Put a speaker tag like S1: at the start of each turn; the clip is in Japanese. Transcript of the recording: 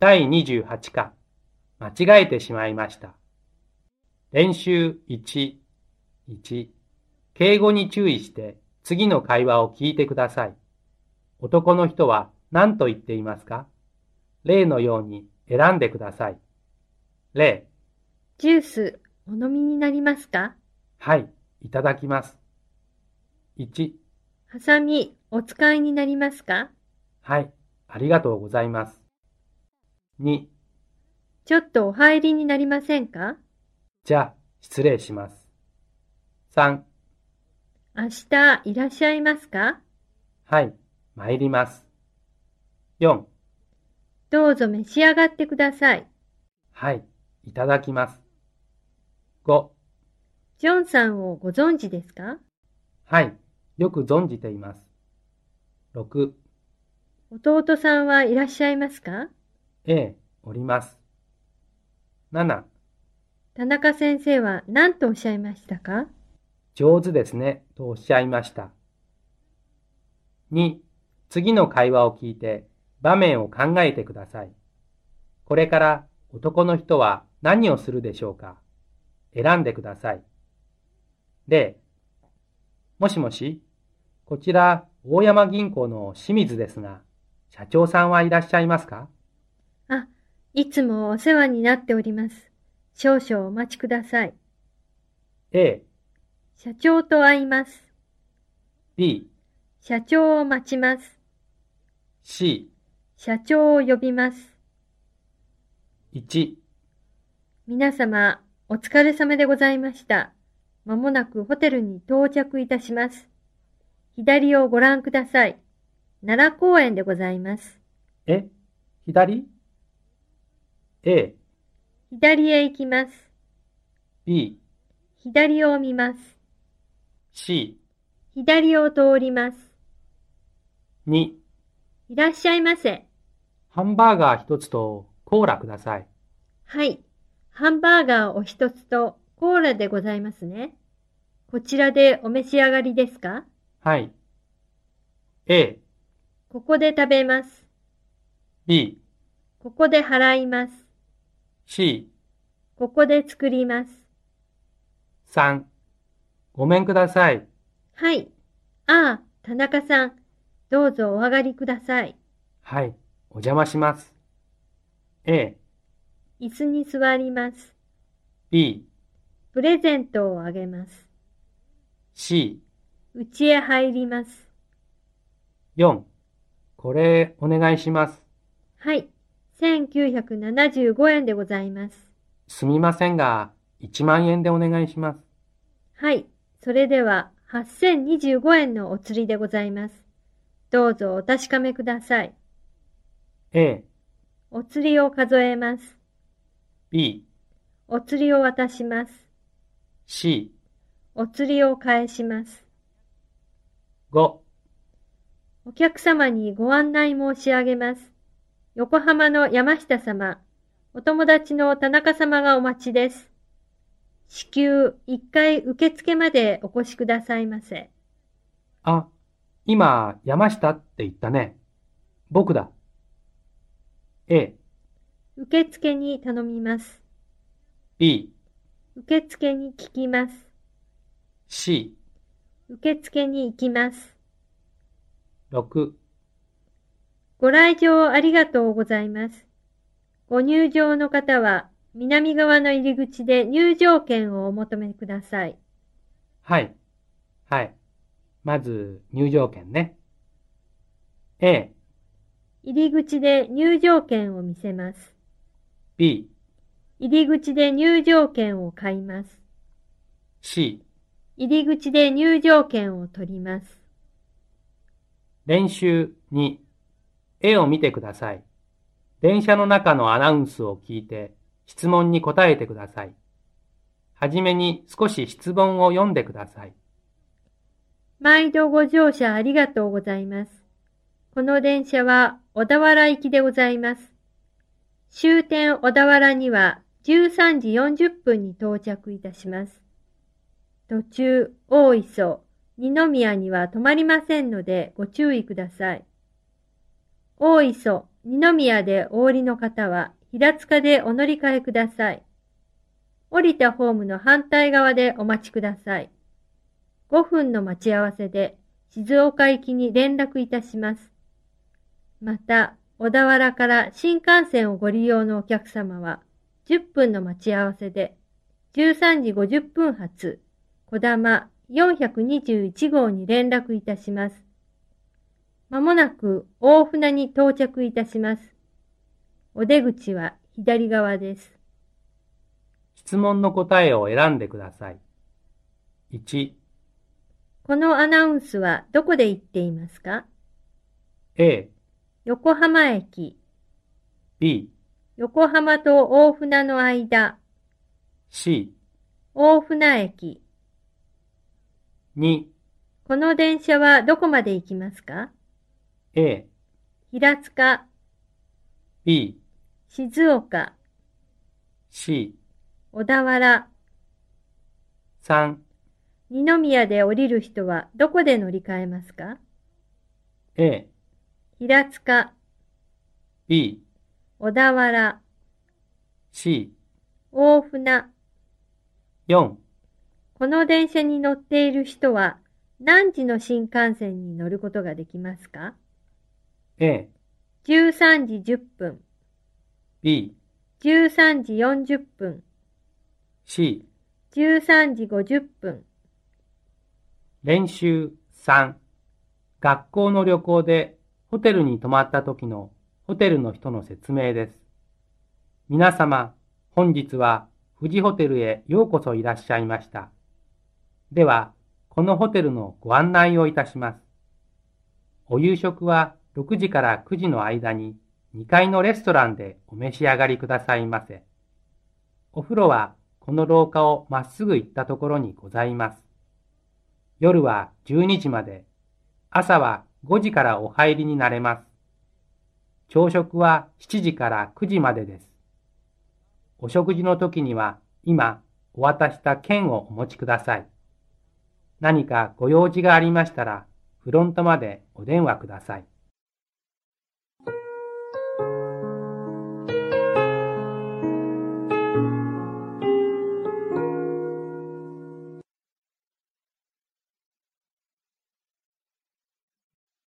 S1: 第28課、間違えてしまいました。練習1、1、敬語に注意して次の会話を聞いてください。男の人は何と言っていますか例のように選んでください。例、
S2: ジュース、お飲みになりますか
S1: はい、いただきます。1、
S2: ハサミ、お使いになりますか
S1: はい、ありがとうございます。2
S2: ちょっとお入りになりませんか
S1: じゃあ、失礼します。3
S2: 明日いらっしゃいますか
S1: はい、参ります。4
S2: どうぞ召し上がってください。
S1: はい、いただきます。5
S2: ジョンさんをご存知ですか
S1: はい、よく存じています。6
S2: 弟さんはいらっしゃいますか
S1: ええ、おります。7
S2: 田中先生は何とおっしゃいましたか
S1: 上手ですね、とおっしゃいました。2次の会話を聞いて場面を考えてください。これから男の人は何をするでしょうか選んでください。例もしもし、こちら大山銀行の清水ですが、社長さんはいらっしゃいますか
S2: あ、いつもお世話になっております。少々お待ちください。
S1: A、
S2: 社長と会います。
S1: B、
S2: 社長を待ちます。
S1: C、
S2: 社長を呼びます。
S1: 1、
S2: 皆様、お疲れ様でございました。まもなくホテルに到着いたします。左をご覧ください。奈良公園でございます。
S1: え、左 A、
S2: 左へ行きます。
S1: B、
S2: 左を見ます。
S1: C、
S2: 左を通ります。
S1: 2、
S2: いらっしゃいませ。
S1: ハンバーガー一つとコーラください。
S2: はい。ハンバーガーお一つとコーラでございますね。こちらでお召し上がりですか
S1: はい。A、
S2: ここで食べます。
S1: B、
S2: ここで払います。
S1: C、
S2: ここで作ります。
S1: 3、ごめんください。
S2: はい。ああ、田中さん、どうぞお上がりください。
S1: はい、お邪魔します。A、
S2: 椅子に座ります。
S1: B、
S2: プレゼントをあげます。
S1: C、
S2: うちへ入ります。
S1: 4、これお願いします。
S2: はい。1975円でございます。
S1: すみませんが、1万円でお願いします。
S2: はい、それでは8025円のお釣りでございます。どうぞお確かめください。
S1: A、
S2: お釣りを数えます。
S1: B、
S2: お釣りを渡します。
S1: C、
S2: お釣りを返します。
S1: 5、
S2: お客様にご案内申し上げます。横浜の山下様、お友達の田中様がお待ちです。至急、一回受付までお越しくださいませ。
S1: あ、今、山下って言ったね。僕だ。A、
S2: 受付に頼みます。
S1: B、
S2: 受付に聞きます。
S1: C、
S2: 受付に行きます。
S1: 6、
S2: ご来場ありがとうございます。ご入場の方は、南側の入り口で入場券をお求めください。
S1: はい。はい。まず、入場券ね。A。
S2: 入り口で入場券を見せます。
S1: B。
S2: 入り口で入場券を買います。
S1: C。
S2: 入り口で入場券を取ります。
S1: 練習2。絵を見てください。電車の中のアナウンスを聞いて質問に答えてください。はじめに少し質問を読んでください。
S2: 毎度ご乗車ありがとうございます。この電車は小田原行きでございます。終点小田原には13時40分に到着いたします。途中、大磯、二宮には止まりませんのでご注意ください。大磯、二宮でお降りの方は、平塚でお乗り換えください。降りたホームの反対側でお待ちください。5分の待ち合わせで、静岡行きに連絡いたします。また、小田原から新幹線をご利用のお客様は、10分の待ち合わせで、13時50分発、小玉421号に連絡いたします。まもなく大船に到着いたします。お出口は左側です。
S1: 質問の答えを選んでください。1、
S2: このアナウンスはどこで言っていますか
S1: A、
S2: 横浜駅、
S1: B、
S2: 横浜と大船の間、
S1: C、
S2: 大船駅。
S1: 2、
S2: この電車はどこまで行きますか
S1: A、
S2: 平塚、
S1: B、
S2: 静岡、
S1: C、
S2: 小田原、
S1: 3、
S2: 二宮で降りる人はどこで乗り換えますか
S1: A、
S2: 平塚、
S1: B、
S2: 小田原、
S1: C、
S2: 大船。
S1: 4、
S2: この電車に乗っている人は何時の新幹線に乗ることができますか
S1: A、
S2: ?13 時10分、
S1: B、
S2: 13時40分、
S1: C、
S2: 13時50分。
S1: 練習3、学校の旅行でホテルに泊まった時のホテルの人の説明です。皆様、本日は富士ホテルへようこそいらっしゃいました。では、このホテルのご案内をいたします。お夕食は6時から9時の間に2階のレストランでお召し上がりくださいませ。お風呂はこの廊下をまっすぐ行ったところにございます。夜は12時まで、朝は5時からお入りになれます。朝食は7時から9時までです。お食事の時には今お渡しした券をお持ちください。何かご用事がありましたらフロントまでお電話ください。